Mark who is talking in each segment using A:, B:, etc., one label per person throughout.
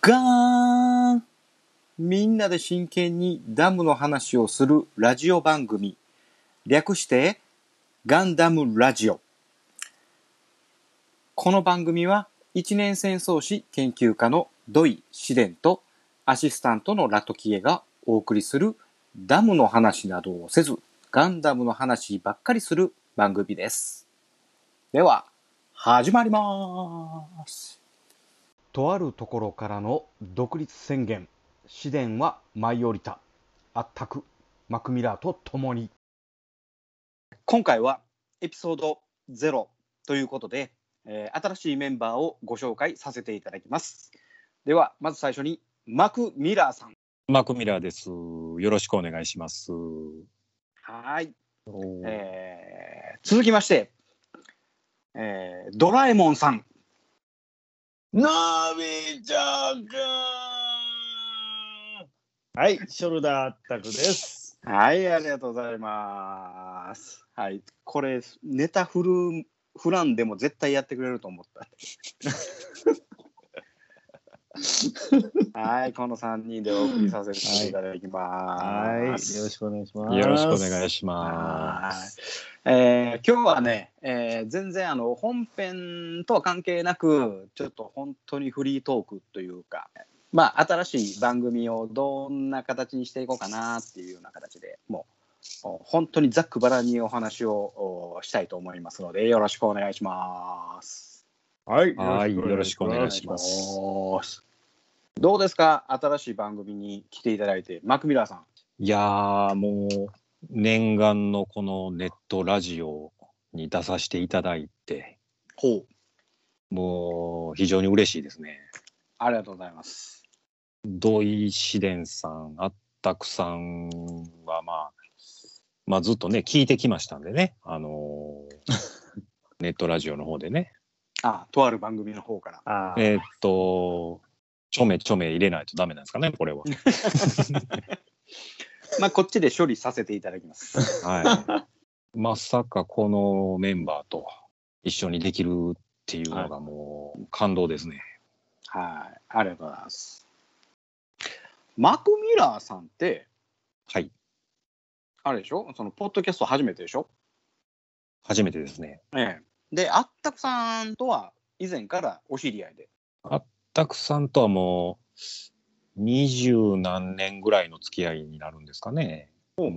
A: ガーンみんなで真剣にダムの話をするラジオ番組。略して、ガンダムラジオ。この番組は、一年戦争史研究家の土井紫伝と、アシスタントのラトキエがお送りする、ダムの話などをせず、ガンダムの話ばっかりする番組です。では、始まります。とあるところからの独立宣言試練は舞い降りた圧くマクミラーと共に今回はエピソード0ということで、えー新しいメンバーをご紹介させていただきますではまず最初にマクミラーさん
B: マクミラーです。よろしくお願いします。
A: はい、えー続きまして、えードラえもんさん
C: なびちゃくんはい、ショルダーあったくです。
A: はい、ありがとうございます。はい、これ、ネタ振る、振らんでも絶対やってくれると思 った。はい、この3人でお送りさせていただき
C: はい、よろ
A: ます。
C: しくお願いします。
B: よろしくお願い
C: し
B: しま
A: はいえー今日はね、えー全然あの本編とは関係なくちょっと本当にフリートークというか、まあ、新しい番組をどんな形にしていこうかなっていうような形でもうお本当にざっくばらんにお話をおしたいと思いますのでよろしくお願いします。
C: はい、
B: す。はい、よろしくお願いします。
A: お願いしますどうですか新しい番組に来ていただいてマクミラーさん。
B: いやー、もう念願のこのネットラジオに出させていただいて、
A: ほう
B: もう非常に嬉しいですね。
A: ありがとうございます。
B: 土井紫伝さん、あったくさんはまあ、まあずっとね、聞いてきましたんでね、あのーネットラジオの方でね。
A: あとある番組の方から。
C: あー
B: えーっと、ちょめちょめ入れないとダメなんですかね、これは。
A: まあ、こっちで処理させていただき ます。
B: はい。まさかこのメンバーと一緒にできるっていうのがもう感動ですね。
A: はい、ありがとうございます。マクミラーさんって、
B: はい。
A: あれでしょそのポッドキャスト初めてでしょ
B: 初めてですね。
A: ええ。で、あったくさんとは以前からお知り合いで。
B: たくさんとはもう二十何年ぐらいの付き合いになるんですかね。もう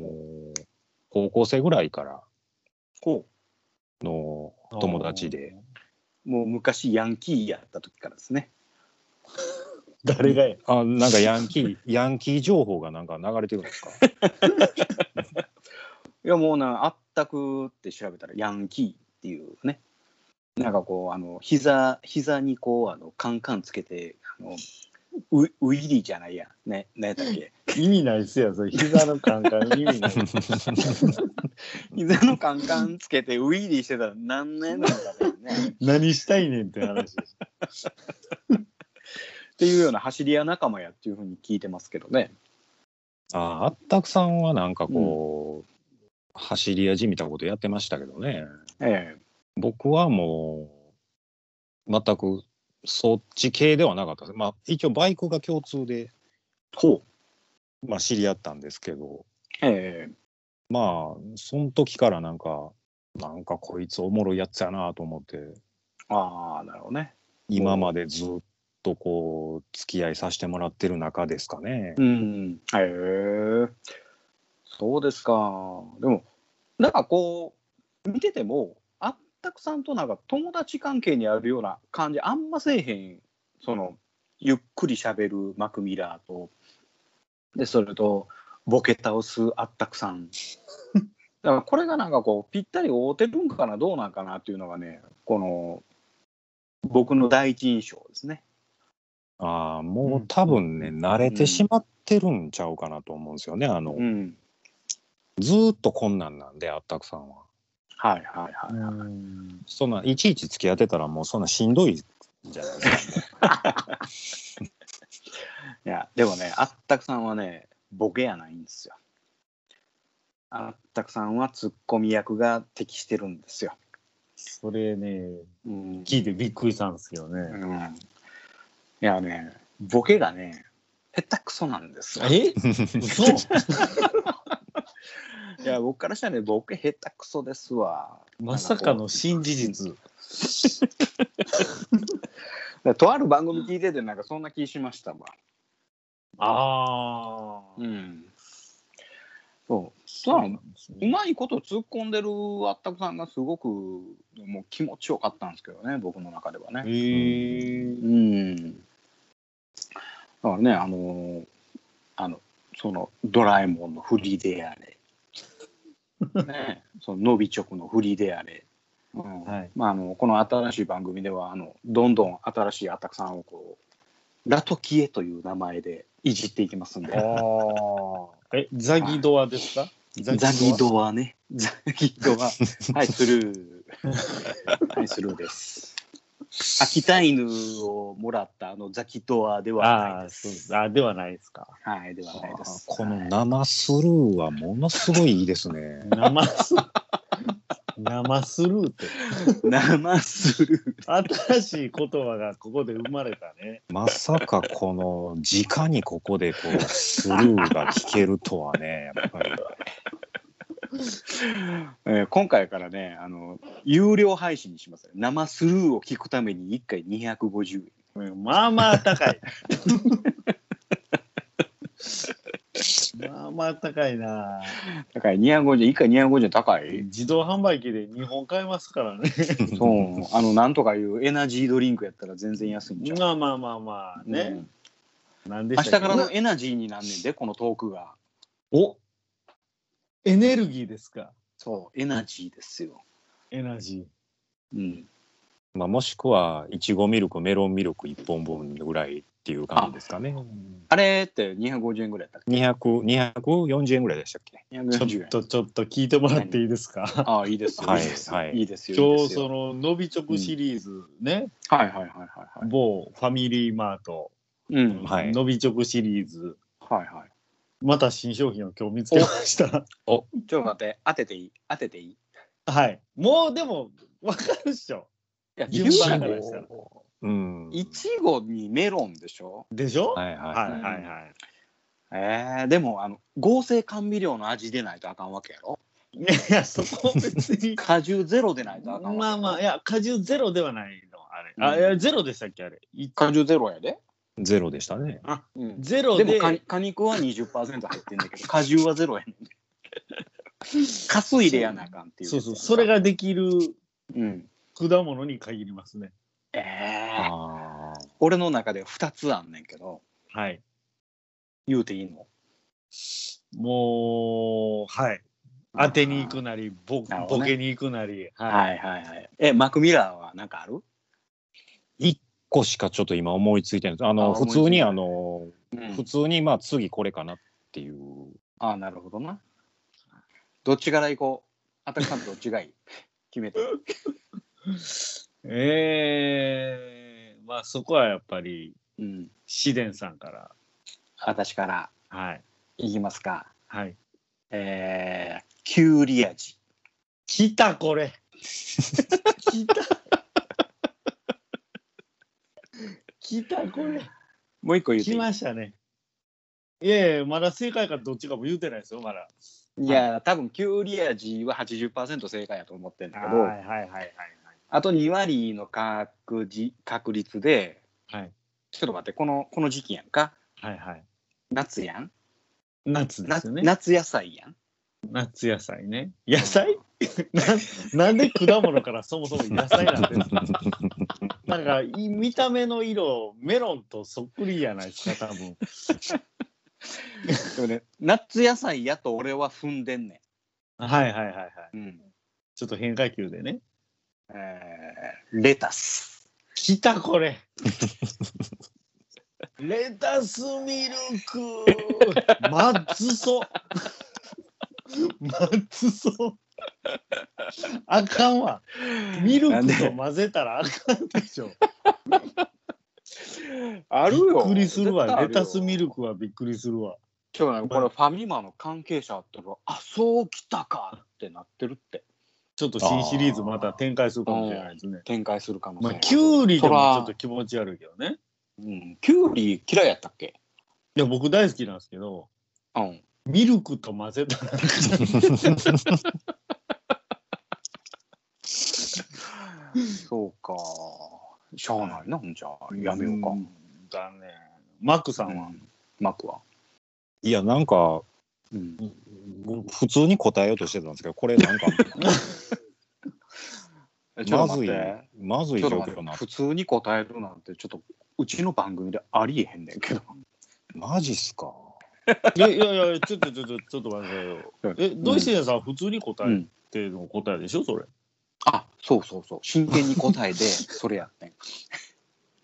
B: 高校生ぐらいから
A: こ
B: の友達で。
A: う、もう昔ヤンキーやった時からですね。
C: 誰がや
B: あ、なんかヤンキー、ヤンキー情報がなんか流れてるんですか。
A: いや、もうな、あったくって調べたらヤンキーっていうね。なんかこう、あの、膝、膝にこう、あの、カンカンつけて、あの、ウウィリーじゃないや。ね、何やったっけ
C: 意味ないっすよ、それ膝のカンカン 意味ない。
A: 膝のカンカンつけてウィーリーしてたら何年なんだろうね。
C: 何したいねんって話です。
A: っていうような走り屋仲間やっていうふうに聞いてますけどね。
B: ああったくさんはなんかこう、走り屋じみたことやってましたけどね
A: ええ
B: 僕はもう全くそっち系ではなかったですまあ一応バイクが共通で、
A: ほう。
B: まあ、知り合ったんですけど
A: ええ
B: まあその時からなんかなんかこいつおもろいやつやなと思って
A: ああ、なるほどね。
B: 今までずっとこう付き合いさせてもらってる中ですかね、
A: うん。へえそうですか。でも、なんかこう、見てても、あったくさんとなんか友達関係にあるような感じ、あんませえへん、その、ゆっくり喋るマクミラーと、で、それと、ボケ倒すあったくさん。だからこれがなんかこう、ぴったり合うてるんかな、どうなんかなっていうのがね、この、僕の第一印象ですね。
B: ああもう多分ね、慣れてしまってるんちゃうかなと思うんですよねあの、
A: うん。
B: ずーっと困難なんであったくさんは
A: はいはいはい。
C: うん
B: そんないちいち付き合ってたらもうそんなしんどいじゃないですか
A: いや、でもね、あったくさんはね、ボケやないんですよ。あったくさんはツッコミ役が適してるんですよ。
C: それね、
A: うん。
C: 聞いてびっくりしたんですけど
A: う
C: ね。
A: ん、いやね、ボケがね、下手くそなんですよ。
C: え嘘
A: いや、僕からしたらね、ボケ下手くそですわ。
C: まさかの新事実。
A: だからとある番組聞いてて、なんかそんな気しましたわ。
C: ああ。
A: うん。そう。そ
C: そうな
A: うん
C: です
A: う
C: ね。
A: まいこと突っ込んでるあったくさんがすごくもう気持ちよかったんですけどね、僕の中ではね。
C: へえ。
A: うん。だからね、あのーあの、その、ドラえもんのフリーであ れ。ね、その、のびちょくのフリーであれ。うん
C: はい
A: まあ、あのこの新しい番組ではあのどんどん新しいアタクさんをこうラトキエという名前でいじっていきますんで
C: ああ。え、ザギドアですか
A: ザギドアねザギド アはいスルーはいスルー です秋田犬をもらったあのザギドアではない
C: ああ、
A: で
C: そうですす。あではないですか。
A: はい、ではないです。
B: この生スルーはものすごいいいですね。
C: 生ス、生スルーって。
A: 生スルー。
C: 新しい言葉がここで生まれたね。
B: まさかこの直にここでこうスルーが聞けるとはね、やっぱり。
A: えー今回からね、あの、有料配信にします。生スルーを聞くために1回250円。
C: うんまあまあ高 い。まあまあ高いな。
A: 高い、250円、1回250円高 い。
C: 自動販売機で2本買えますからね。
A: そう、あの、なんとかいうエナジードリンクやったら全然安いんちゃう。
C: まあまあまあまあ
A: う
C: ね。
A: ん
C: なんで
A: 明
C: し
A: 日
C: た
A: か
C: っけ
A: らのエナジーになんねんで、このトークが。
C: おエネルギーですか。
A: そう、エナジーですよ。
C: エナジ
A: うん。
B: まあ、もしくは、いちごミルク、メロンミルク1本分ぐらいっていう感じですかね。
A: あれって250円ぐらいだったっ
B: 200、240円ぐらいでしたっけ
A: け
C: ー。
A: ?240
C: ちょ
A: 円
C: っ。とちょっと聞いてもらっていいですか。
A: ああ、いいですよ。
B: はい
A: いですよ。
B: はい
A: いですよ。い
C: 今
A: い
C: 日
A: ですよ
C: そののびちょくシリーズね、
A: はいはいはいはいはい。
C: 某ファミリーマート、
A: うん。はい
B: はい
C: のびちょくシリーズ、
A: はい。
C: また新商品を今日見つけました。
A: ちょっと待って、当てていい当てていいい
C: はい。もうでも、わかるっしょ。
A: や、
C: 順番からしたら
B: うん。
A: いちごにメロンでしょ
C: でしょ、
B: は
C: はい、
B: いはい
C: はい
B: は
C: はいはい
A: えー、でもあの合成甘味料の味でないとあかんわけやろ
C: いや、そこ別 に。
A: 果汁ゼロでないとあかんわけ
C: まあまあ、いや、果汁ゼロではないの、あれ。あ、
A: うん
C: いや、ゼロでしたっけ、あれ。い
A: 果汁ゼロやで、
B: い。ゼロでしたね。
A: うん、
C: ゼロ
A: で
C: で。
A: も果果肉は20%入ってんだけ ど果汁はゼロやねんでかす入れやなあかんっていう
C: そうそう、それ、ができる
A: うん、
C: 果物に限りますね。
A: えー、
B: ああ。
A: 俺の中で2つあんねんけど
C: はい。
A: 言うていいの
C: もう、はい。当てに行くなり、ボ
A: なるほど
C: ボ
A: ね
C: ケに行くなり。は
A: は
C: い。
A: いはいはいえマクミラーは何かある、
B: 1個しかちょっと今思いついてないです。あの、
A: あ
B: 普通にあの、
A: う
B: 普通にまあ次これかなっていう。
A: ああ、なるほどな。どっちから行こう。あたくさんとどっちがいい 決めて。
C: えー、まあそこはやっぱり、
A: うん。
C: 紫伝さんから。
A: 私から
C: はい。
A: 行きますか。
C: はい。
A: えー、キュウリ味。
C: 来た、これ。来た。来た、これ。
A: もう一個言ってい
C: 来
A: い
C: ましたね。いやいや、まだ正解かどっちかも言うてないですよ、まだ。
A: いや、多分キュウリ味は80%正解やと思ってんだけど、
C: いはいはい。
A: あと2割の確じ確率で、
C: はい
A: ちょっと待って、このこの時期やんか。
C: はいはい。
A: 夏やん。
C: 夏ですよね。
A: 夏野菜やん。
C: 夏野菜ね。野菜 ななんで果物からそもそも野菜なんですかなんかい見た目の色、メロンとそっくりやないですか、多分。
A: でもね、夏野菜やと俺は踏んでんね
C: はいはいはいはい。
A: ん。うん。
C: ちょっと変化球でね。
A: えー、レタス。
C: 来たこれ レタスミルクまずそうまずそうあかんわミルクと混ぜたらあかんでしょ
A: あるよ。
C: びっくりするわレタスミル
A: ク。
C: クはびっくりするわ
A: ちょっとねこれファミマの関係者あったら、あ、そうきたかってなってるって。
C: ちょっと新シリーズまた展開するかもしれないですね
A: 展開する可能性
C: まあきゅうりでもちょっ
A: そ
C: と気持ち悪いけどね
A: うん。キュウリ嫌いやったっけ
C: いや、僕大好きなんですけど、
A: うん。
C: ミルクと混ぜたら、
A: そうか。しゃあないな、ほんじゃ。やめようか。
C: ん。残念。マックさ
A: うん
C: は、
A: んマックは。
B: いや、なんか、
A: うん。
B: 普通に答えようとしてたんですけど、これ なんか、
A: えちょっ
B: ま
A: と待
B: ず
A: っ
B: い
A: て。、
B: まずい
A: ちょっと
B: 状
A: 待っ
B: 況
A: て
B: な。
A: 普通に答えるなんて、ちょっと、うちの番組でありえへんねんけど。
B: マジっすか。
C: いやいやいや、ちょっとちょっと、ちょっと待ってくださいよ。え、ドイシデンさん、普通に答
A: う
C: え
A: ん。
C: ての答えでしょ、それ。
A: あ、そうそうそう。真剣に答えて、それやってん。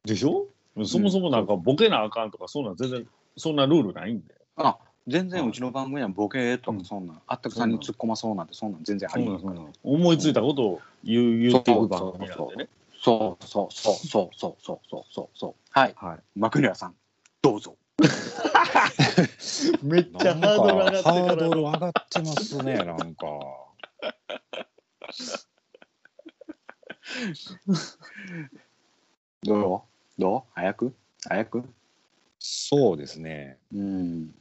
C: でしょそもそもなんか、ボケなあかんとか、そんなん全然、そんなルールないんで。
A: あ、全然うちの番組はボケとかそんなん、あったくさんに突っ込まそうなんて、そんなん全然ありえへんから。
C: 思いついたことを言う、言っていく番組なんでね。
A: そうそうそうそうそうそうそうそうそう。はい。
C: はい。
A: マクネラさん、どうぞ。
C: めっち
B: な
C: ゃ
B: ん
C: ハ
B: か
C: ードル上がってた
B: ハー
C: ら
B: ドル上がってます ね、なんか。
A: どうどう早く早く
B: そうですね。
A: うん。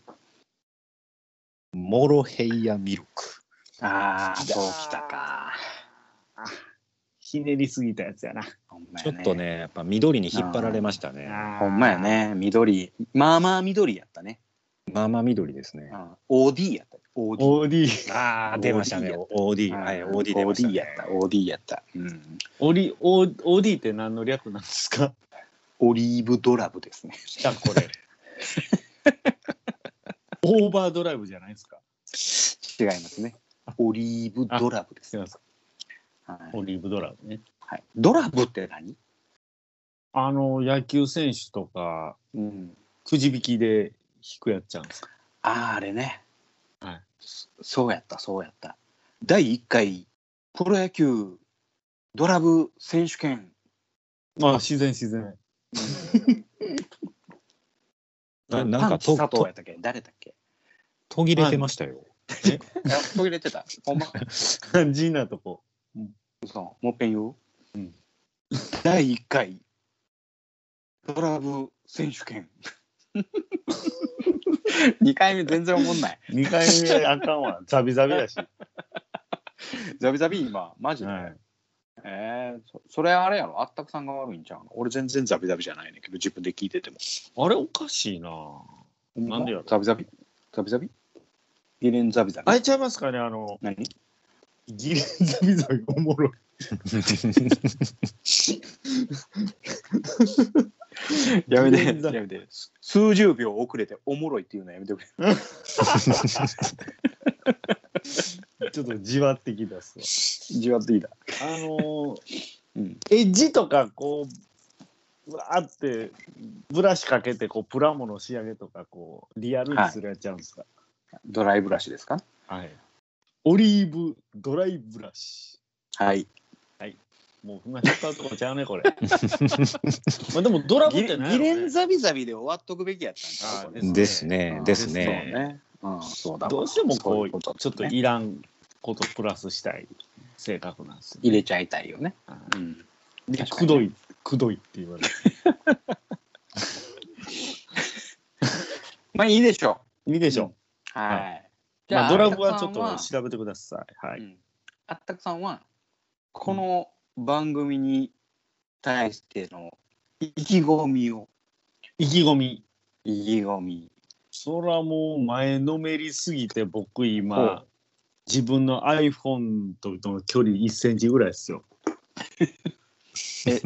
B: モロヘイヤミルク。
A: ああ、
C: 来た
A: そうきたか。
C: ひねりすぎたやつやな。
A: ほんま
B: ちょ
A: や
B: っとね、やっぱ緑に引っ張られましたね。
A: ほんまや。ね。緑。まあまあ緑やったね。
B: まあまあ緑ですね
A: う。ん OD やった。OD。
C: OD。
B: ああ、出ましたね。OD。はい、
A: うん
B: OD 出ました、
A: OD や
B: ね
A: っ。た。OD やった。うん。
C: OD、OD って何の略なんですか
A: オリーブドラブですね。
C: 来た、これ。オーバードライブじゃないです
A: 違
C: か。
A: いますね。オリーブドラブです。
C: すいません。
A: はい
C: オリーブドライブね。
A: はい。ドラブって何
C: あの、野球選手とか、
A: うん。
C: くじ引きで引くやっちゃうんですか。
A: ああ、あれね。
C: はい
A: そ。そうやった、そうやった。第1回、プロ野球ドラブ選手権。
C: まあ、自然自 然。
B: ななん
A: パ
B: か
A: ンチ
B: と
A: 佐藤
B: と
A: やったっけ誰だっけ
B: 途切れてましたよ。
A: あ、途切れてた。ほんま。
C: 肝心なとこ。
A: 嘘もう一遍言う、
C: うん
A: 第1回ドラブ選手権2回目全然思んない
C: 2回目あかん わ。ザビザビだし。
A: ザビザビ今マジで、
C: はい。
A: えーそそれあれやろあったくさんが悪いんちゃうの俺全然ザビザビじゃないねんけど自分で聞い てても
C: あれ、おかしいななんでやろ
A: ザビザビザビザビゲレンザビザビ
C: あれちゃいますかね、あの、
A: 何
C: ギレンザビザビおもろい。
A: やめて
C: ゲレンザ
A: やめてす数十秒遅れておもろいっていうのやめて くれ
C: ちょっとじわってきだすわ。
A: じわっていいだ
C: あのー
A: うん
C: エッジとかこうわーってブラシかけてこうプラモの仕上げとかこうリアルにするやっちゃうんですか、
A: ドライブラシですか
C: はい、オリーブドライブラシ
A: はい
C: もうそんな引っ張るとこちゃうね これまあでもドラムっ
A: ギレ
C: てね
A: ギレンザビザビで終わっとくべきやったんちゃう
C: あ
A: これ
C: ー
B: ですね
A: う、ん
B: です
A: そう
B: ね。
A: ね。うん、そうだわ
C: どうしてもこ
A: そういこと
C: ちょっと
A: ね
C: いらんことプラスしたい性格なんですよ、
A: 入れちゃいたいよね。
C: はい
A: うん。
C: で
A: 確か
C: く
A: に
C: どいくどいって言われる
A: まあいいでしょ
C: いいでしょ
A: う。はい。
C: う、まあ、ドラムはちょっと調べてくださいは
A: う
C: い、
A: んあったくさんはこの番組に対しての意気込みを
C: 意気込み
A: 意気込み。
C: そらもう前のめりすぎて僕
A: ほ
C: 今
A: う
C: 自分の iPhone との距離1センチぐらいですよ。
A: 近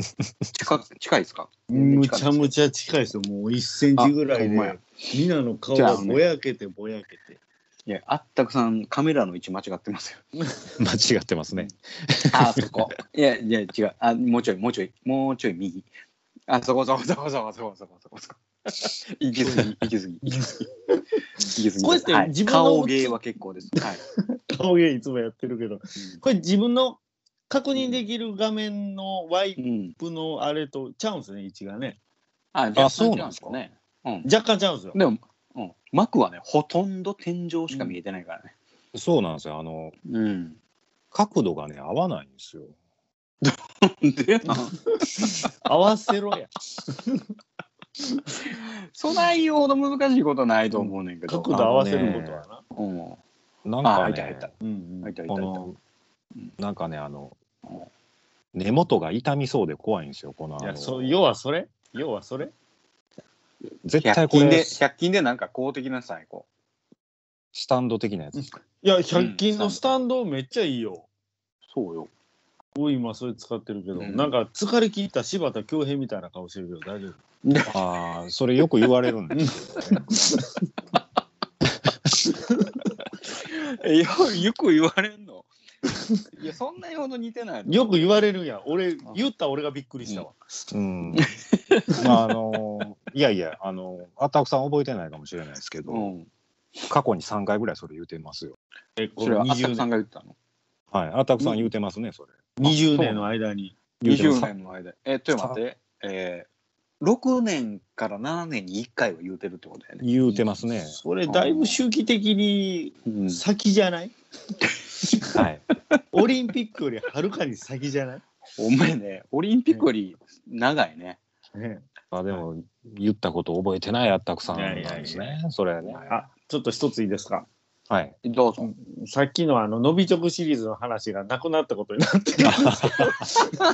A: 近いですか？
C: むちゃむちゃ近いですよもう1センチぐらい
A: あほんまや
C: でみんなの顔がぼやけてぼやけて。
A: いやあったくさんカメラの位置間違ってますよ。
B: 間違ってますね。
A: あそこ。 いやいや違う。あもうちょいもうちょいもうちょい右。あそこそこそこそこそこそこそこそこ。行き過 ぎ行き過ぎ行き過ぎ行き過ぎ。
C: こうやって
A: はい
C: 自分の
A: 顔芸は結構です。はい。
C: 顔芸いつもやってるけどこれ自分の確認できる画面のワ
A: う
C: イ
A: ん。
C: プのあれとちゃうんですね位置がね
A: あじゃあ
B: そうなんですか
A: ね。うん。
C: 若干ちゃうんですよ。
A: でも、うん、幕はねほとんど天井しか見えてないからね。
B: そうなんですよ。あの
A: うん。
B: 角度がね合わないんですよ。
A: で、
C: 合わせろや。
A: そないよほど難しいことないと思うねんけど。
C: 角度合わせることはな。
A: うん。
B: なん
A: あ、
B: か
A: 入った入
B: ね
A: っ、た。
C: うん
A: 入った入った
B: こ
A: 入っ
B: の、なんかね、あの
A: うん、
B: 根元が痛みそうで怖いんですよ、この、
C: い
B: あ
C: や、
B: の
C: そう、要はそれ要はそれ
A: た。
B: 絶
A: 100
B: 対こ
A: 均で、
B: れ、
A: 100均でなんか公的なさ、こ
B: スタンド的なやつ。
C: いや、100均のスタンドめっちゃいいよ。
A: う。そうよ。
C: おい今それ使ってるけど、
A: うん
C: なんか疲れ切った柴田恭平みたいな顔してるけど大丈夫
B: ああ、それよく言われるんですけどね。
A: えよよく言われんのいやそんなにほど似てないの
C: よく言われるやん俺言った俺がびっくりしたわ、
B: うん。まあ、あの、いやいや、あの、あったくさん覚えてないかもしれないですけ
A: う
B: ど、
A: ん
B: 過去に3回ぐらいそれ言うてますよ。
C: えこ
A: それ
C: れ
A: は浅
C: 20
A: 草さん
C: 年
A: が言ったの
B: はい、あったくさん言うてますね、それ。
C: 20年の間に
B: 言うてま
A: 20
B: す
A: 年の間えちょっと待ってえー、6年から7年に1回は言うてるってことやね、
B: 言うてますね。
C: それだいぶ周期的に
A: うん
C: 先じゃない、
B: はい。
C: オリンピックよりはるかに先じゃない、
A: お前ねオリンピックより長いね
C: ね
B: まあでも、言ったこと覚えてないあったくさんなんです
C: いやいや
B: ね。それね。
C: あちょっと一ついいですか
B: はい。
A: どうぞ
C: さっきのあの、のびちょくシリーズの話がなくなったことになってるんですけど。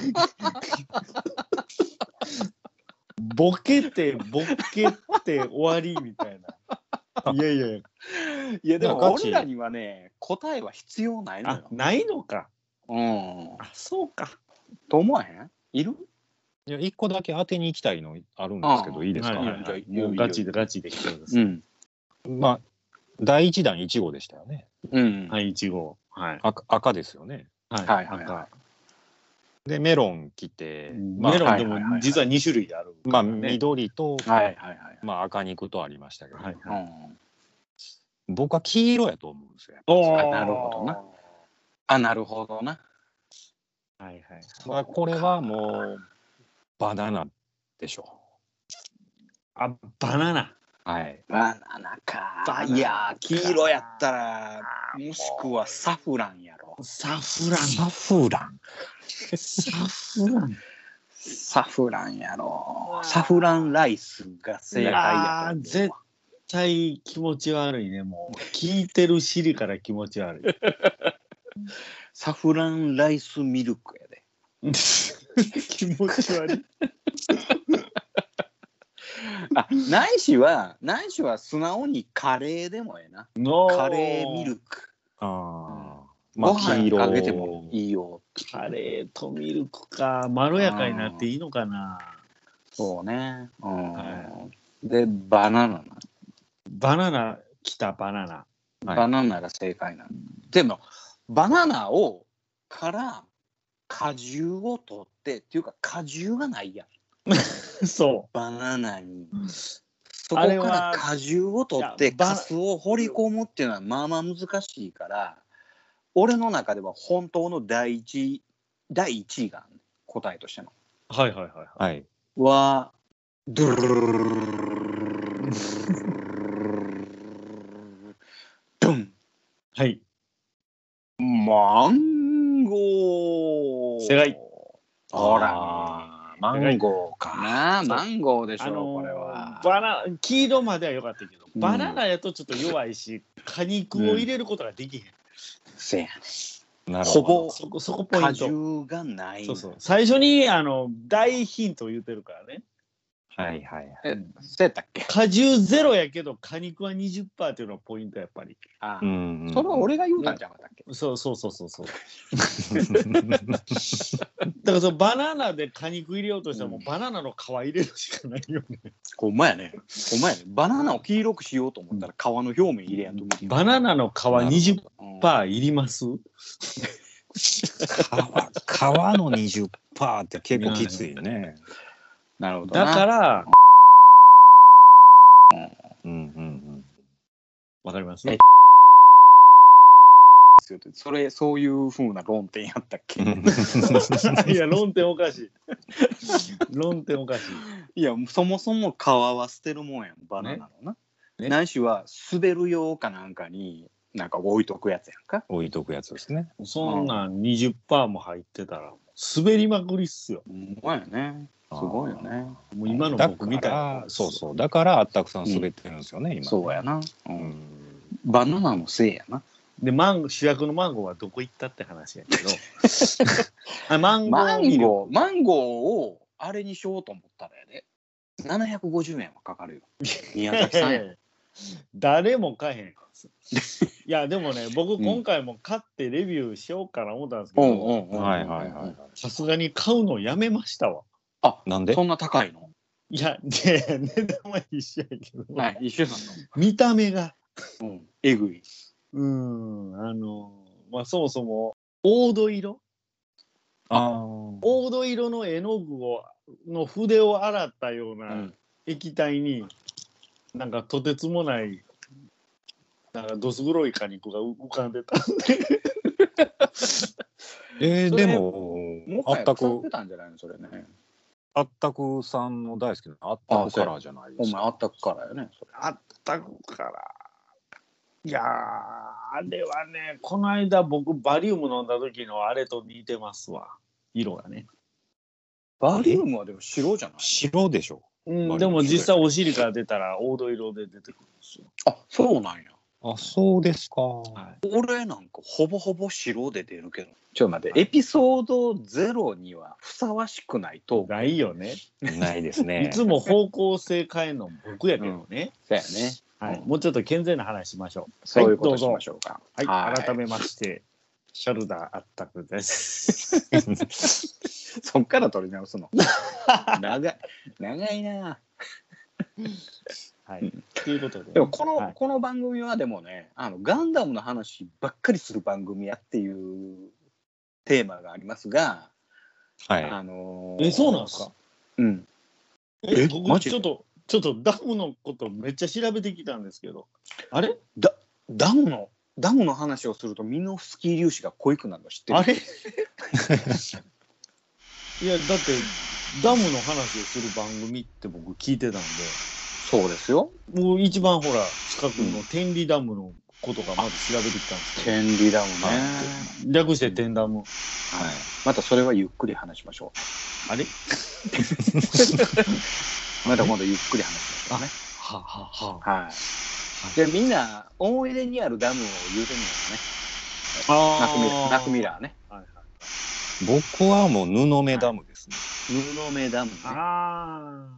C: ボケて、ボケて終わりみたいな。いやいやい
A: いやで
B: いや
A: も
B: ガチ
A: 俺らにはね答えは必要ない
C: や、
A: の
C: あ
A: よ、
C: ないのか。
A: うん
C: あ、そうか。
A: と思わへんいる
B: いや、一個だけ当てに行きたいのあるんですけ
A: あ
B: ど、
A: あ
B: いいですか、
C: はいはい
A: じゃあ
C: もうガチでガチで来てます。
A: ん
B: まあ、第一弾1号でしたよね。
A: うん、
C: はい、いちご。はい。
B: 赤赤ですよね。
C: はい
A: はいはい
C: 赤
B: で、メロン来て、ま
C: メ
B: あ、
C: ロンで
A: はいはいは
C: も
A: い
C: 実は2種類ある。
B: まあ、緑と、
A: はいはいはい
B: まあ、赤肉とありましたけど、
C: はいは。
A: はいい、うん、
B: 僕は黄色やと思うんですよ。
C: お
A: ーなるほどなあなるほどな
C: はいはい。
B: まあ、これはもう、バナナでしょ
C: あ、バナナ。
B: う。はい。
A: バナナか
C: バナナか
A: いやー黄色やったらもしくはサフランやろ
C: サフラン。
B: サフラン。
C: サフラン。
A: サフランやろ
C: あー
A: サフランライスが正解やと
C: あー
A: 思う
C: 絶対気持ち悪いねもう聞いてるシリから気持ち悪い
A: サフランライスミルクやで
C: 気持ち悪い
A: あないしはないしは素直にカレーでもええな
C: の
A: カレーミルク
B: ああ。ま
A: ご
B: あ、黄
A: 飯
B: 色。
A: かけてもいいよ
C: カレーとミルクかまろやかになっていいのかな
A: そうねうん、
C: は
A: でバナナな
C: バナナきたバナナ
B: はい
A: バナナが正解なの。でもバナナをから果汁を取ってっていうか果汁がないやん
C: そ
A: バナナに。そこ
C: あ
A: か
C: れは
A: ら果汁を取っ
C: い
A: て
C: やバナ
A: カスを掘り込むっていうのはまあまあ難しいから俺の中では本当の第一第一位が答えとしての
C: うはいはいはいはい
B: はい。
A: はドゥルルルルルルルルルルル
C: はい
A: マンゴー。
C: 正解。
A: ほ
B: あ
A: ら
B: ー。マンゴーか。
A: なあ、マンゴーでしょ、
C: あのー
A: これは。
C: バナナ黄色までは良かったけど、
A: うん
C: バナナやとちょっと弱いし果肉を入れることができへん、
A: せやね
B: なる
A: ほ
B: ほど。
A: ぼ
C: そこそこポイ
A: 果
C: ント
A: 汁がない。
C: そうそう最初にあの大ヒントを言ってるからね
B: はいはいはい。
A: え、そうやったっけ
C: 果汁ゼロやけど果肉は20%っていうのがポイントやっぱり
A: あ、
B: うんうん
A: それは 俺が言うたんじゃなかったっけ、
C: そうそうそうそうそうだからそのバナナで果肉入れようとしたらもう
A: うん
C: バナナの皮入れるしかないよね、
A: ほんまやね。ほんまやね。バナナを黄色くしようと思ったら皮の表面入れやんと無理
C: バナナの皮20%
A: うん
C: いります
B: 皮皮の20%って結構きついね。
A: なるほどな。、
C: だからら
B: うんうん
C: わかります
A: えそれ、そういうふうな論点やったっけ、
B: うん。
C: いや論点おかしい論点おかし
A: いや、そもそも皮は捨てるもんやん、バナナのな。
C: ねね
A: ないしは滑る用かなんかに、なんか置いとくやつやんか。
B: 置いとくやつですね。
C: いそんなん20%も入ってたら滑りまくりっすよ
A: ほんまやね。
B: す
A: すごいよ。ね。
C: もう今の
B: だ
C: 僕
B: か
C: みたい
B: ら
C: な、。
B: そうそう。だから、あったくさん滑ってるんですよね、今。
A: そうやな、う。
B: うんん。
A: バナナのせいやな。
C: で、マンゴー、主役のマンゴーはどこ行ったって話やけど。 あ、マンゴー
A: マ
C: ミ
A: ン
C: ルク
A: ゴー、マンゴーをあれにしようと思ったらやで。750円はかか るよ。宮崎さんや。
C: 誰も買えへん。いや、でもね、僕
A: ん
C: 今回も買ってレビューしようかな思ったんですけ
A: う
C: ど、
A: んうんうん。
B: はいはいはい。
C: さすがに買うのやめましたわ。
B: なんで
A: そんな高いの
C: いや、で、値段は一緒やけど、
A: はい、一緒な
C: 見た目が、
A: の。うん。えぐい。
C: うーん、あの、まあそもそも、黄土色
B: ああ。
C: 黄土色の絵の具を、の筆を洗ったよ
A: う。
C: うなん液体に、なんかとてつもない、なんかどす黒い果肉が浮かんでた。
B: えー
A: それ
B: でも、あ
A: はや
B: った
A: 腐っ
B: く
A: て、たんじゃないのそれね。
B: あったくさんの大好きなあったくカラーじゃないで
A: お
B: す
A: 前
B: か。
A: あったくからよね。それ
C: あったから。いやー、あれはね、この間僕、バリウム飲んだ時のあれと似てますわ。色がね。
A: バリウムはでも白じゃない
B: 白でしょ。
C: う
B: ム
C: ん、でも実際お尻から出たら、黄土色で出てくるんですよ。
A: あ、そうなんや。
B: あ、そうですか。
A: 俺なんかほぼほぼ白で出るけど。ちょっと待って、エピソードゼロにはふさわしくないと。
C: ないよね。
B: ないですね。
C: いつも方向性変えるの僕やけどね。
A: そうやね。
C: はい、
A: うん
C: もうちょっと健全な話しましょう。
A: そういうこと
C: は
A: に
C: ど
A: し
C: うぞ
A: ましょうか。
C: はい、
A: はい
C: 改めまして、シャルダーあったくです。
A: そっから取り直す の。長い。長いな。
C: はい、ということでね、
A: でもこの、
C: はい
A: この番組はでもね、あのガンダムの話ばっかりする番組やっていうテーマがありますが、
B: は
A: あのー
C: え、そうなんですか
A: うん。
C: え、
A: マ
C: 僕
A: ジ
C: ちょっと、ちょっとダムのことめっちゃ調べてきたんですけど、あれ
A: ダムの、ダムの話をするとミノフスキー粒子が濃いくなるの知ってる
C: あ れいや、だって、ダムの話をする番組って僕聞いてたん
A: そうですよ。
C: で、もう一番ほら、近くの天理ダムのことがまず調べてきたんですけ
A: 天理ダムね。
B: はい
C: ど、略して天ダム。
A: はい。またそれはゆっくり話しましょ
C: あれ
A: う。また今度ゆっくり話しましょうね。
C: はあはあはあ。
A: はい。じゃあみんな思い出にあるダムを言うてみようかね。ナクミラー、ナクミラーね。
C: はいはい
B: い。僕はもう布目ダムですね。
A: 布目ダムね。
C: あ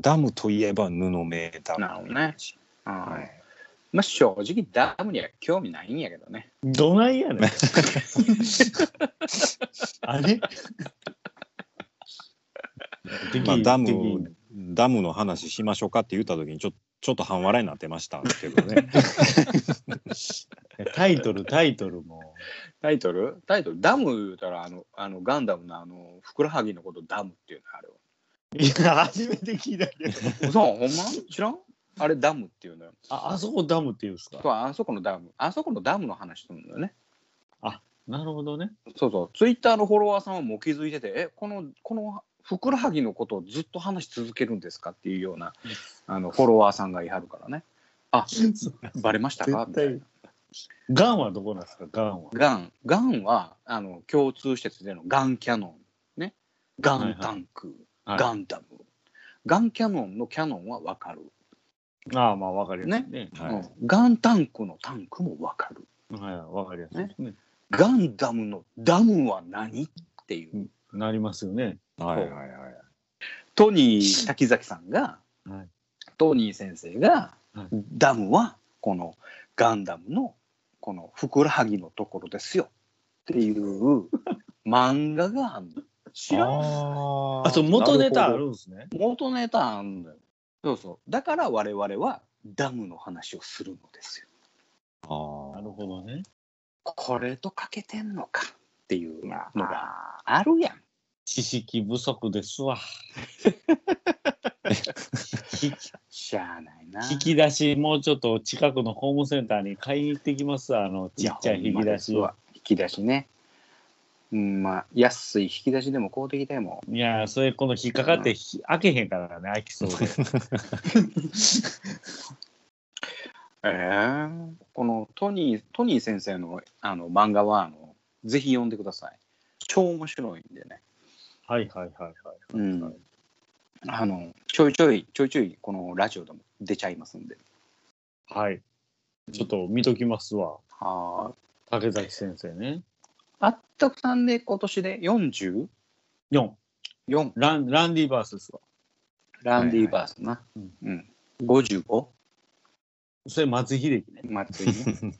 B: ダムといえば布目ダム。
A: なるほどね。は。
B: はいい。
A: まあ正直ダムには興味ないんやけどね。
C: ーどないや ねん。あれ
B: まあダ
C: でき
B: ム、ダムの話しましょうかって言った時にちょちょっと半笑いになってましたけ どね。
C: タイトル、タイトルも。
A: タイトルタイトルダム言うたらあの、あのガンダムのあの、ふくらはぎのことダムっていうのあるわ。
C: いや、初めて聞いたけど。
A: 嘘ほんま知らんあれダムっていうのよ。
C: あ、あそこダムっていうんです
A: そう
C: か。
A: あそこのダム。あそこのダムの話するんだよね。
C: なるほどね。
A: そうそう。ツイッターのフォロワーさんはもう気づいてて、え、この、この、ふくらはぎのことをずっと話し続けるんですかっていうような、あの、フォロワーさんがいはるからね。あ、バレましたかみ
C: 絶
A: たい
C: 対
A: な。
C: ガンはどこなんですか、ガンは。
A: ガン、ガンは、あの、共通施設でのガンキャノン、ね。ガンタンク、
C: はい
A: ガンダム。ガンキャノンのキャノンはわかる、
C: ああ、まあ、わかりやすいね。
B: は
A: う
B: い
A: んガンタンクのタンクもわかる。
C: はい、わかりやすいですね。
A: ガンダムのダムは何っていう。
C: なりますよね。
B: はいはいはい。
A: トニー滝崎さんが、
C: はい
A: トニー先生が、
C: はい
A: ダムはこのガンダムのこのふくらはぎのところですよっていう漫画があんの知らん
B: あー
C: あ、そう、元ネタあ
B: なる
C: るんですね。
A: 元ネタあんのよそうそうだから我々はダムの話をするのですよ
B: ほど
C: なるほどね。
A: これとかけてんのかっていうの
C: ま
A: があるやん
C: 知識不足ですわ。
A: しゃあないな
C: 引き出し、もうちょっと近くのホームセンターに買いに行ってきます。あの、ちっちゃい
A: いやほ
C: 引き出し。
A: んまですわ引き出しねうんまあ安い引き出しでも買うてきたいもん
C: いやー、それ、この引っかかって、ひ開けへんからね、開きそうで。
A: えーこのトニートニー先生のあの漫画はあのぜひ読んでください超面白いんでね、
C: はいはいはいはい。
A: うん、あのちょいちょいちょいちょいこのラジオでも出ちゃいますんで
C: はい。ちょっと見ときますわ。
A: は
C: 竹崎先生ね。
A: あったくさんで今年で 44?
C: 4、ランランディバースですわ。
A: ランディーバースな、うん、55
C: それ松井秀喜ね。
A: 松井ね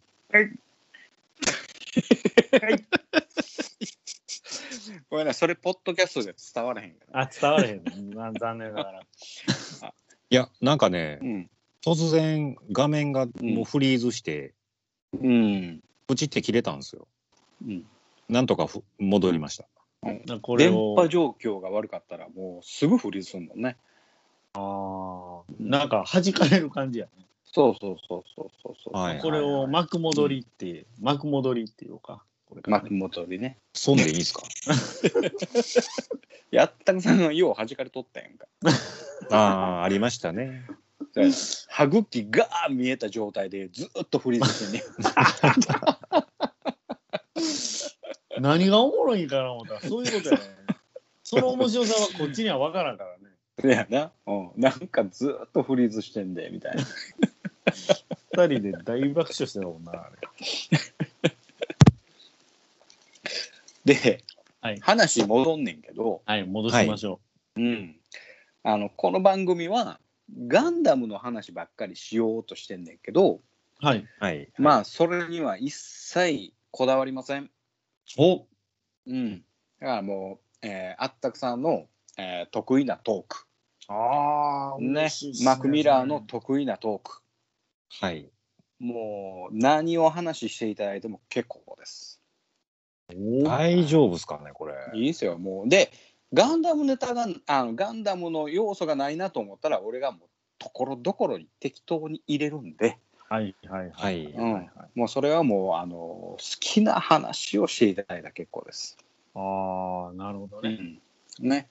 A: ごめんなそれポッドキャストじゃ伝わらへんから、
C: あ、伝われへん。 な残念ながら。
B: いや、なんかね
A: う、ん
B: 突然画面がもうフリーズして、
A: うん
B: プチって切れたんですよ。
A: うん、
B: なんとかふ戻りました。
C: これ
A: 電
C: を
A: 波状況が悪かったらもうすぐフリーズするもんね
C: あーなんか弾かれる感じやね。
A: そうそうそうそうそうそう、
B: はいはい
C: これを幕戻りって、幕戻りっていうか。これからね
A: 幕元でね
B: そんでいいで すか
A: やったくさんのよう弾かれとったやんか
B: ああ、ありましたね。
A: 歯茎が見えた状態でずっとフリーズして ね
C: 何がおもろいんかな思ったら、そういう ことやね。その面白さはこっちには分からんからね。
A: そやな、うん、なんかずっとフリーズしてんでみたいな
C: 二人で大爆笑してたもんな、あれ。
A: で、
C: はい
A: 話戻んねんけど、
C: はい、戻しましょ
A: うん、あのこの番組はガンダムの話ばっかりしようとしてんねんけど、
C: う。はい。
B: はい。
A: まあそれには一切こだわりません。
C: お
A: うん、だからもう、えーあったくさんの、えー得意なトーク、
C: ああ、
A: ね
C: 嬉しいっす
A: マクミラーの得意なトーク
B: はい。
A: もう何を話していただいても結構です。
B: 大丈夫ですかね、これ。
A: いいですよもうでガンダムネタがあのガンダムの要素がないなと思ったら俺がもうところどころに適当に入れるんで
C: はいはい
B: は
C: はい。
B: い。
A: うん
C: はいはい
A: もうそれはもうあの好きな話をしていただいたら結構です。
C: ああ、なるほどね。
A: ね、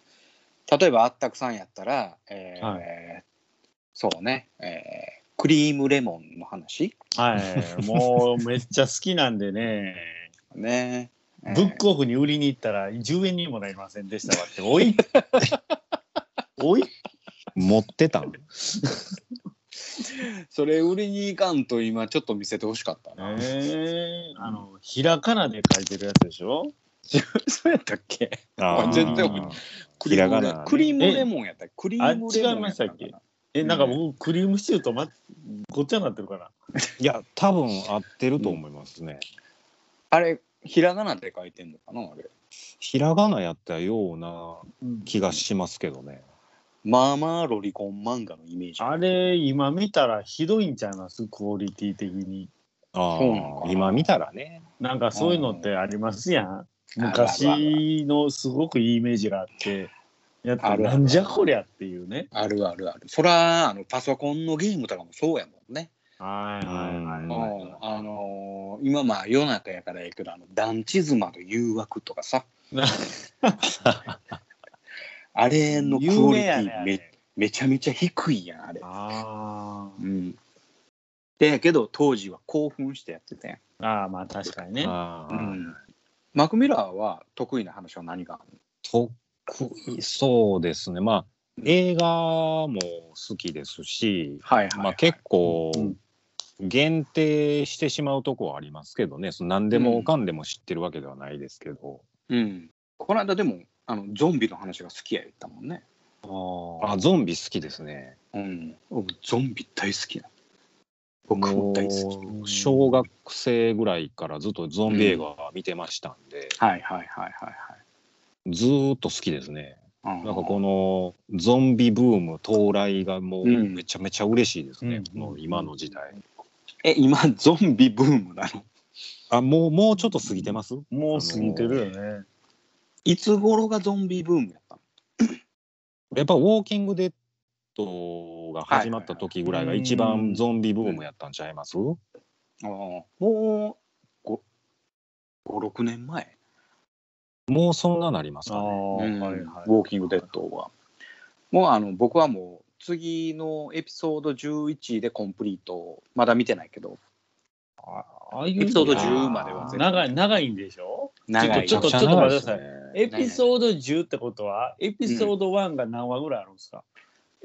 A: 例えばあったくさんやったら、えー
C: は
A: そうね、えークリームレモンの話
C: はい。もうめっちゃ好きなんでね。
A: ね、えー
C: ブックオフに売りに行ったら10円にもなりませんでしたわって、おいおい
B: 持ってたん
A: それ売りに行かんと今ちょっと見せてほしかったな、
C: えー、あの、ひらかなで書いてるやつでしょ
A: そうやったっけ
B: あー
A: 全然
B: ひらがなね
A: クリームレモンやったクリームレモンやった
C: あ違いましたっけえ、
A: うん
C: なんか僕、クリームシチューとま、ごっちゃになってるから。
B: いや、多分合ってると思いますね。
A: あれひらがなで書いてんのかなあれ
B: ひらがなやったような気がしますけどね。
A: まあまあロリコン漫画のイメージ
C: あれ、今見たらひどいんちゃいますクオリティ的に。
B: あ
A: そうなのか
B: あ、
A: な
B: 今見たらね。
C: なんかそういうのってありますやん。
A: うん
C: 昔のすごくいいイメージがあって、やった
A: あるあ
C: ら
A: る
C: なんじゃこりゃっていうね。
A: あるあるあるそらあのパソコンのゲームとかもそうやもんね
C: はいはい
B: うん
C: はい。
A: うんあのー今まあ夜中やからやけどあの団地妻の誘惑とかさ
C: な
A: あれのク
C: 有
A: オリ
C: 名
A: テ
C: や
A: ィ
C: ね
A: め,、
C: あれ
A: めちゃめちゃ低いやんあれ。
C: あ
A: うん、でやけど当時は興奮してやってたやん。
C: ーあー、まあ確かにね。
B: ああ
A: うんマクミラーは得意な話は何がある
B: 得意そうですね。まあ、映画も好きですし、
A: はい
B: まあ結構
C: うん
B: 限定してしまうとこはありますけどね。その何でもかんでも知ってるわけではないですけど。
A: うん、この間でもあのゾンビの話が好きや言ったもんね。
B: あ、ゾンビ好きですね。
A: うん、僕ゾンビ大好きなの僕も大好き。
B: もう小学生ぐらいからずっとゾンビ映画は見てましたんで、
A: はいはいはいはい
B: ずーっと好きですね。
A: はい。
B: なんかこのゾンビブーム到来がもう
A: うん
B: めちゃめちゃ嬉しいですね、
C: うん
B: もう今の時代。
A: え今ゾンビブームなの
B: あもうもうちょっと過ぎてます
C: もう過ぎてるよね。
A: いつ頃がゾンビブームやったの
B: やっぱ「ウォーキング・デッド」が始まった時ぐらいが一番ゾンビブームやったんちゃいます、
A: ああもう56年前、
B: もうそんななります
C: あ
B: か
C: あ
B: ね。
C: ー、
A: うん
C: はい
A: ウ
C: はい。
A: ォーキングデッドはもうあの僕はもう次のエピソード11でコンプリートまだ見てないけど
C: あああいう
A: エピソード10までは
C: 長い長いんでしょ
A: 長い
B: めち
C: ち
B: ゃ
C: ょっ
B: く
C: と
B: ち
C: ち
B: ゃ
C: ょっと
B: 長いで
C: 待って
B: す
C: くだ
B: ね
C: さい。エピソード10ってことは、エピソード1が何話ぐらいあるんですか、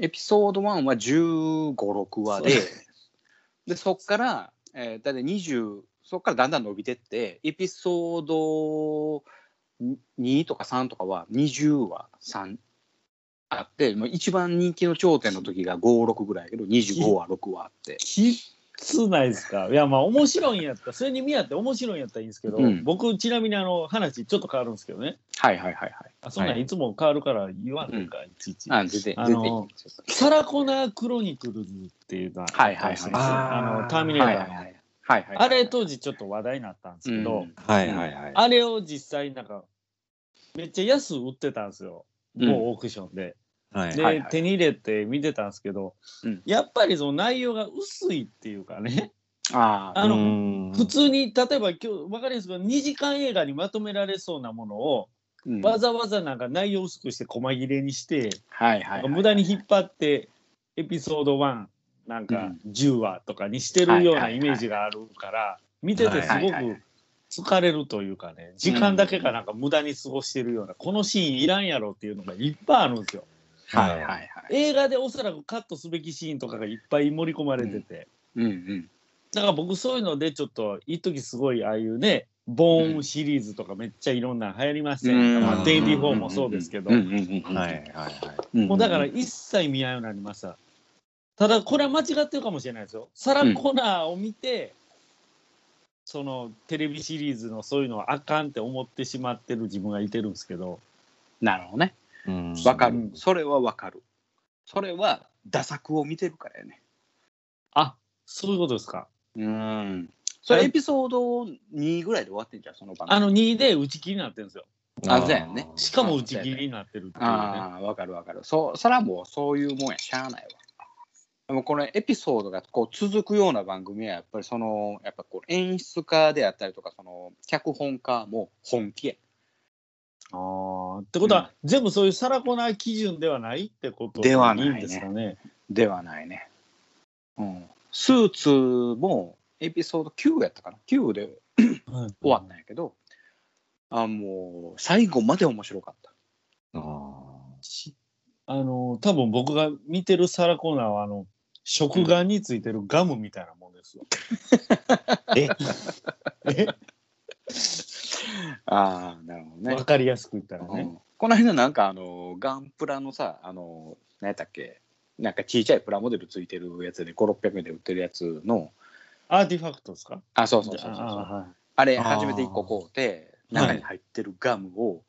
A: エピソード1は15、6話で、で、そっから、えー、だいたい20、そっからだんだん伸びてって、エピソード2とか3とかは20話、3あって、まあ、一番人気の頂点の時が5、6ぐらいやけど、25話、6話あって。
C: きつないですかいや、まあ面白いんやったら、それに見合って面白いんやったらいいんですけど、
A: うん
C: 僕、ちなみにあの、話ちょっと変わるんですけどね。
A: はいはいはいはい。
C: あ、そんなんいつも変わるから言わんのか、いちいち。
A: あ、出て、出てき
C: あ
A: て
C: のサラコナークロニクルズっていうのは
A: はいはいはい
C: あの、ターミネータ
A: はい
C: ーの。
A: はいはい。はいはいはい
C: あれ当時ちょっと話題になったんですけど、
A: うん
B: はいはいはい。
C: あれを実際なんか、めっちゃ安売ってたんですよ。
A: うん
C: 某オークションで。
B: はい
C: で、
A: はいはい
C: 手に入れて見てたんですけど、
A: うん
C: やっぱりその内容が薄いっていうかね、
A: ああ、
C: あの
B: の
C: 普通に例えば今日分かりやすく2時間映画にまとめられそうなものを、
A: うん
C: わざわざなんか内容薄くして細切れにして、
A: はいはい
C: なん
A: は
C: か
A: い。
C: 無駄に引っ張ってエピソード1なんか10話とかにしてるようなイメージがあるから見ててす
A: はい
C: ご
A: はいはい
C: く疲れるというかね時間だけがなんか無駄に過ごしてるようなこのシーンいらんやろっていうのがいっぱいあるんですよ。
A: はいはいはい。
C: 映画でおそらくカットすべきシーンとかがいっぱい盛り込まれてて
A: うんうん。
C: だから僕そういうのでちょっと一時すごいああいうねボーンシリーズとかめっちゃいろんなの流行りましたよ
A: うん
C: ねまあデイビー・フォーもそうですけど
A: うんうんうんうん。
B: はいはいはい。
A: も
C: もうだから一切見合うようになりました。ただこれは間違ってるかもしれないですよ。サラ・コナーを見て、そのテレビシリーズのそういうのはあかんって思ってしまってる自分がいてるんですけど、
A: なるほどね。
B: うん
A: わか
C: う
A: る
C: ん。
A: それはわかる。それは、打作を見てるからやね。
C: あそういうことですか。
A: うん。それエピソード2ぐらいで終わってんじゃん、その番組。
C: あの2で打ち切りになってるんですよ。
A: あそうやんね
C: しかも打ち切りになってるっていうね。
A: ああ、わかるわかる。そう、それはもうそういうもんや、しゃあないわ。でもこのエピソードがこう続くような番組はやっぱりそのやっぱこう演出家であったりとかその脚本家も本気や
C: あーってことは、全部そういうサラ・コナー基準ではないってこと
A: ではない
C: い
A: ね
C: んですかね。
A: ではないね、うん、スーツもエピソード9やったかな9で
C: はい
A: 終わったんやけど、あもう最後まで面白かった。
B: あ
C: しあの多分僕が見てるサラコーナーはあの食玩についてるガムみたいなもんですよ。
B: え
C: え
A: ああなるほどね
C: わ。かりやすく言ったら
A: う
C: ね。
A: んこの間なんかあのガンプラのさあの何やったっけなんかちっちゃいプラモデルついてるやつで5600円で売ってるやつの
C: アーティファクトですか
A: あそうそうそうそう
C: あ
A: あ
C: はい
A: れ
B: あー
A: 初めて1個買うて
B: はい
A: 中に入ってるガムを、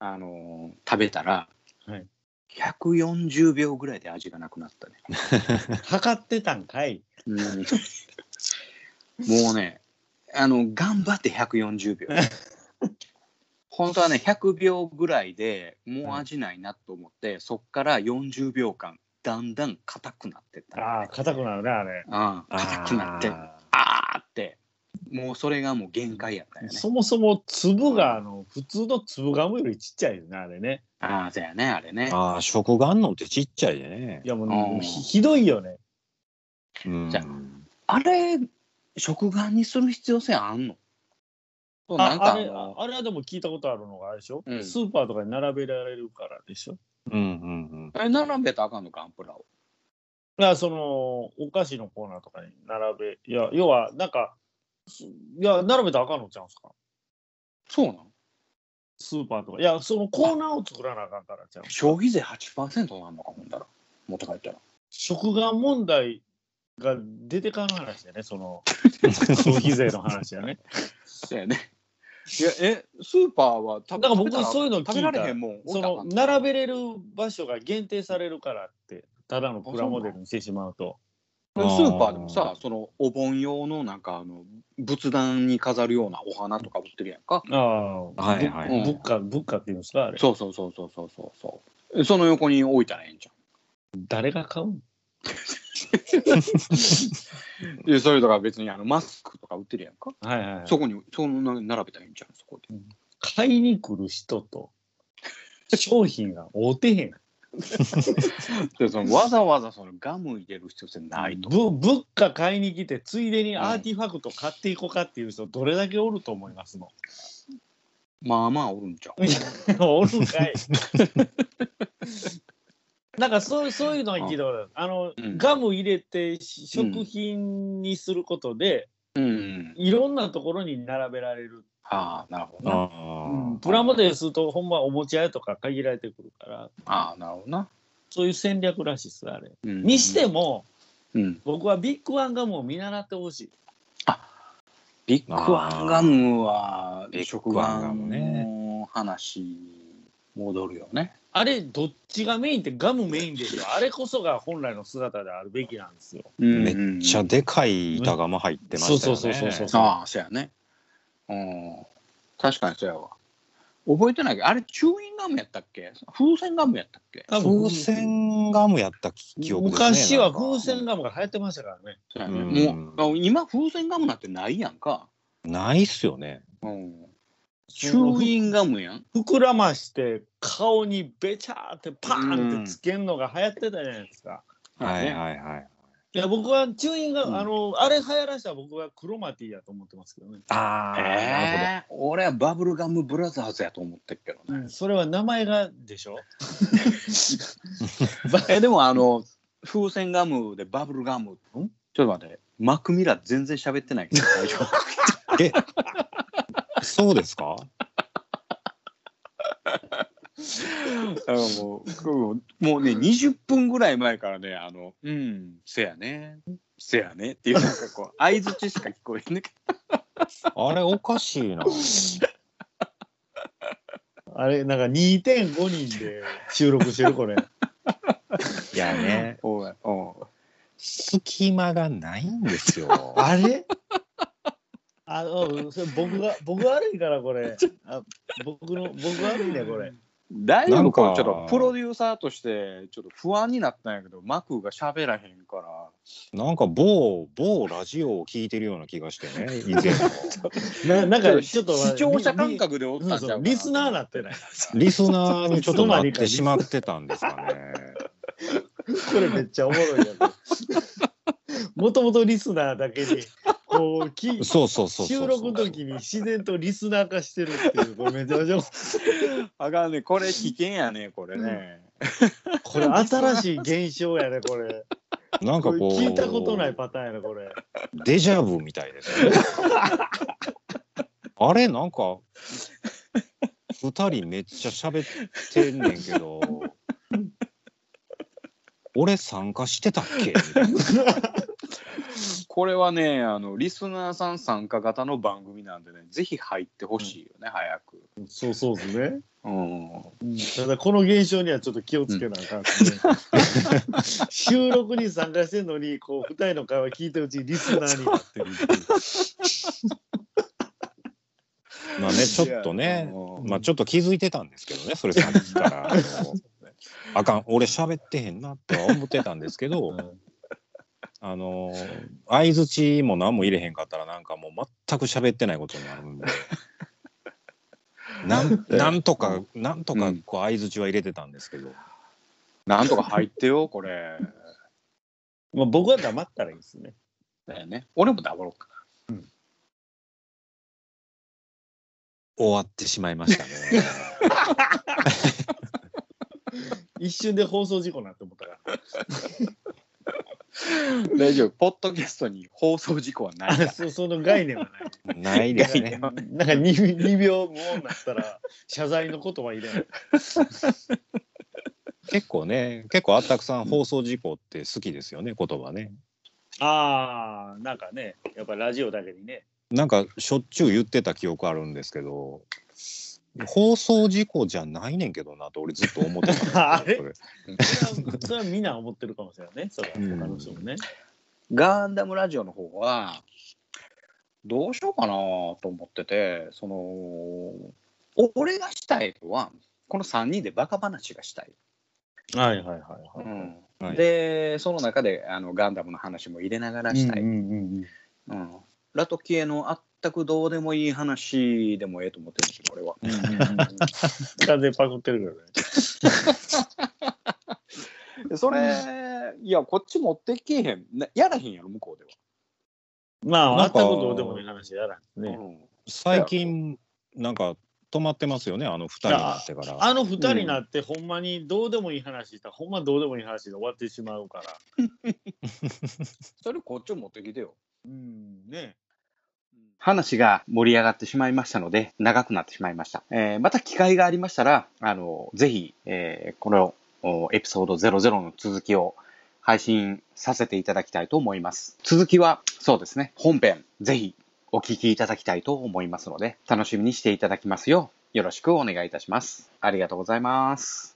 A: あの食べたら、
C: はい
A: 140秒ぐらいで味がなくなったね。
C: 測ってたんかい。
A: うんもうね、あの、頑張って140秒。本当はね、100秒ぐらいでもう味ないなと思って、そっから40秒間、だんだん硬くなってった。
C: ああ、硬くなるね、あれ。
A: うん、
B: あ
A: 硬くなって、あーって、もうそれがもう限界やったよね。
C: そもそも粒があの普通の粒ガムよりちっちゃいよね、あれね。
A: ああ、そうやね、あれね。
B: ああ、食玩のってちっちゃいね
C: い。やもう
A: うん
C: ひひどいよね。
B: うん
A: じゃあれ、食玩にする必要性あんのそうなんかあ
C: ああれ
A: の
C: あれはでも聞いたことあるのがあれでしょ、
A: うん
C: スーパーとかに並べられるからでしょ
B: うんうん
A: え並べたらあかんのガンプラを。
C: いや、その、お菓子のコーナーとかに並べ、いや、要は、なんか、すいや、並べたらあかんのちゃうんすか
A: そうなの
C: スーパーとか。いや、そのコーナーを作らなあかんからちゃうん
A: 消費税8%なんのかほんだら持って帰ったら
C: 食玩問題が出てかん話だよね、その、消費税の話だね。
A: そうやねいやえスーパーは食
C: だから僕
A: 食べた
C: そういうの聞いた
A: 食べられへんもん
C: その、並べれる場所が限定されるからって、ただのプラモデルにしてしまうと。
A: べスーパーでもさそのお盆用のなんかあの仏壇に飾るようなお花とか売ってるやんか
C: ああ、
B: はいはい
A: はい
C: 物価、物価っていうんですか、あれ。
A: そうそうそうそうそうそうそうその横に置いたらええんじ
C: 誰が買うん
A: ゃんでそれとか別にあのマスクとか売ってるやんか
C: はいはい、はい。
A: そこにそのな並べたらええんじゃんそこで
C: 買いに来る人と商品が合うてへん。
A: でそのわざわざそのガム入れる必要性ないと
C: ぶ物価買いに来て ついでにアーティファクト買っていこうかっていう人どれだけおると思いますの、
A: まあまあおるんちゃう
C: おるん かい。なんかそうそういうのは聞いたことあるあの、
A: うん
C: ガム入れてし食品にすることで、
A: うん。
C: いろんなところに並べられる、
A: ああ、なるほどな。
B: あ
C: うん
B: ー
C: プラモデルするとほんまおもちゃ屋とか限られてくるから
A: ああ、なるほどな。
C: そういう戦略らしいっすあれ、
A: うん
C: にして、も
A: うん、
C: 僕はビッグワンガムを見習ってほしい
A: ビッグワンガムは
B: ビッ
A: 食
B: グワン
A: 玩
B: ガムね
A: の話に戻るよね。
C: あれどっちがメインってガムメイ ンですよあれこそが本来の姿であるべきなんですよ
B: めっちゃでかい板ガム入ってましたよね。
C: そうそうそうそうそう
A: ああ、そうやね。うん。確かにそうやわ。覚えてないけど、あれ、チューインガムやったっけ風船ガムやったっけ
C: 多分
B: 風船ガムやった記憶ですね。
C: 昔は
B: なんか
C: 風船ガムが流行ってましたからね
A: そうやね。
B: うん
A: もう、今、風船ガムなんてないやんか。
B: ないっすよね。
A: うん。チューインガムやん。
C: 膨らまして顔にべちゃーってパーンってつけるのが流行ってたじゃないですか。
B: はい
A: ね
B: はいはい。
C: いや僕はチューインガ
A: う
C: ム、
A: ん
C: あのあれ流行らした僕はクロマティやと思ってますけどね。
B: ああ、なる
A: ええ俺はバブルガムブラザーズやと思ってるけどね。
C: それは名前がでしょ
A: えでもあの風船ガムでバブルガムんちょっと待ってマクミラー全然喋ってないけど大丈夫
B: ほど。え、そうですか
A: あのもうもうもうね20分ぐらい前からねあの「うんせやねせやね」っていうなんかこう相づちしか聞こえない
B: あれおかしいな。
C: あれなんか2.5人で収録してるこれ。
B: いやね、
A: おいお
B: 隙間がないんですよ。
C: あれあのそれ僕が僕が悪いからこれ。あ僕の僕が悪いねこれ。
A: い大丈
B: な
A: 夫
B: ん
A: こ
B: か
A: れちょっとプロデューサーとしてちょっと不安になったんやけどマクが喋らへんから
B: なんか某、某ラジオを聞いてるような気がして ね、以前の。
C: ななんかちょっと
A: 視聴者感覚でおっ
C: うん
A: たんちゃ
C: そうう
A: か
C: リスナーなってない。
B: リスナーにちょっとなってしまってたんですか ね。
C: これめっちゃおもろいやつ。 もともとリスナーだけに、こう、き
B: そうそうそうそう。
C: 収録の時に自然とリスナー化してるっていう、これめちゃめちゃおも
A: あかんねこれ危険やねこれね、
C: ろい、これ新しい現象やね、これ。
B: なんか
C: これ
B: こう、
C: 聞いたことないパターンやね、これ。
B: デジャブみたいです ね。あれなんか2人めっちゃ喋ってんねんけ ど俺参加してたっけみたいな
A: これはねあのリスナーさん参加型の番組なんでねぜひ入ってほしいよね、早く。
C: そうそうですね。
A: うん、
C: ただこの現象にはちょっと気をつけなあかん ですね。収録に参加してるのに、こう、二人の会話聞いてるうちにリスナーになってるっていう。
B: まあねちょっとね
A: うん
B: まあちょっと気づいてたんですけどねそれさっき からあのあかん俺喋ってへんなとは思ってたんですけど、あの相づちも何も入れへんかったらなんかもう全く喋ってないことになるんでなんなんとかなんとかこう相づちは入れてたんですけど、
A: なんとか入ってよこれ。
C: まあ、僕は黙ったらいいですね。
A: だよね。俺もダブろう か。
B: 終わって しまいましたね
C: 一瞬で放送事故なって思ったから。
A: 大丈夫。ポッドキャストに放送事故はないから。
C: そその概念はない。
B: ないですね
C: なんか 2, 2秒無音になったら謝罪の言葉入れない。
B: 結構ね結構あったくさん放送事故って好きですよね言葉ね
C: ああ、なんかね、やっぱラジオだけにね。
B: なんかしょっちゅう言ってた記憶あるんですけど放送事故じゃないねんけどなと俺ずっと思ってたんですよそ
C: あれ
B: れ
C: それはそれはみんな思ってるかもしれないね。それは
B: うん
C: 他の人もね。
A: ガンダムラジオの方はどうしようかなと思っててそのお俺がしたいのはこの3人でバカ話がしたい。
C: はいはいはいは
B: はい
A: でその中であのガンダムの話も入れながらしたい。
C: うんうんうんうん
A: うん、ラトキエの全くどうでもいい話でもええと思ってるんですけど俺は。
C: 完全にパクってるけ
A: それいやこっち持ってけえへんなやらへんやろ向こうで
C: どね。ま
B: な
C: あ、
B: んか
C: 全くどうでもいい話やらんね。
A: は。
B: 最近なんか止まってますよね、あの2人になってから。
C: あの二人になって、ほんまにどうでもいい話したら、ほんまどうでもいい話で終わってしまうから。
D: それこっちを持ってきてよ。
C: うん、ね。
A: 話が盛り上がってしまいましたので、長くなってしまいました。えーまた機会がありましたら、あの、ぜひ、えーこのおエピソード00の続きを配信させていただきたいと思います。続きは、そうですね、本編、ぜひお聞きいただきたいと思いますので、楽しみにしていただきますよう、よろしくお願いいたします。ありがとうございます。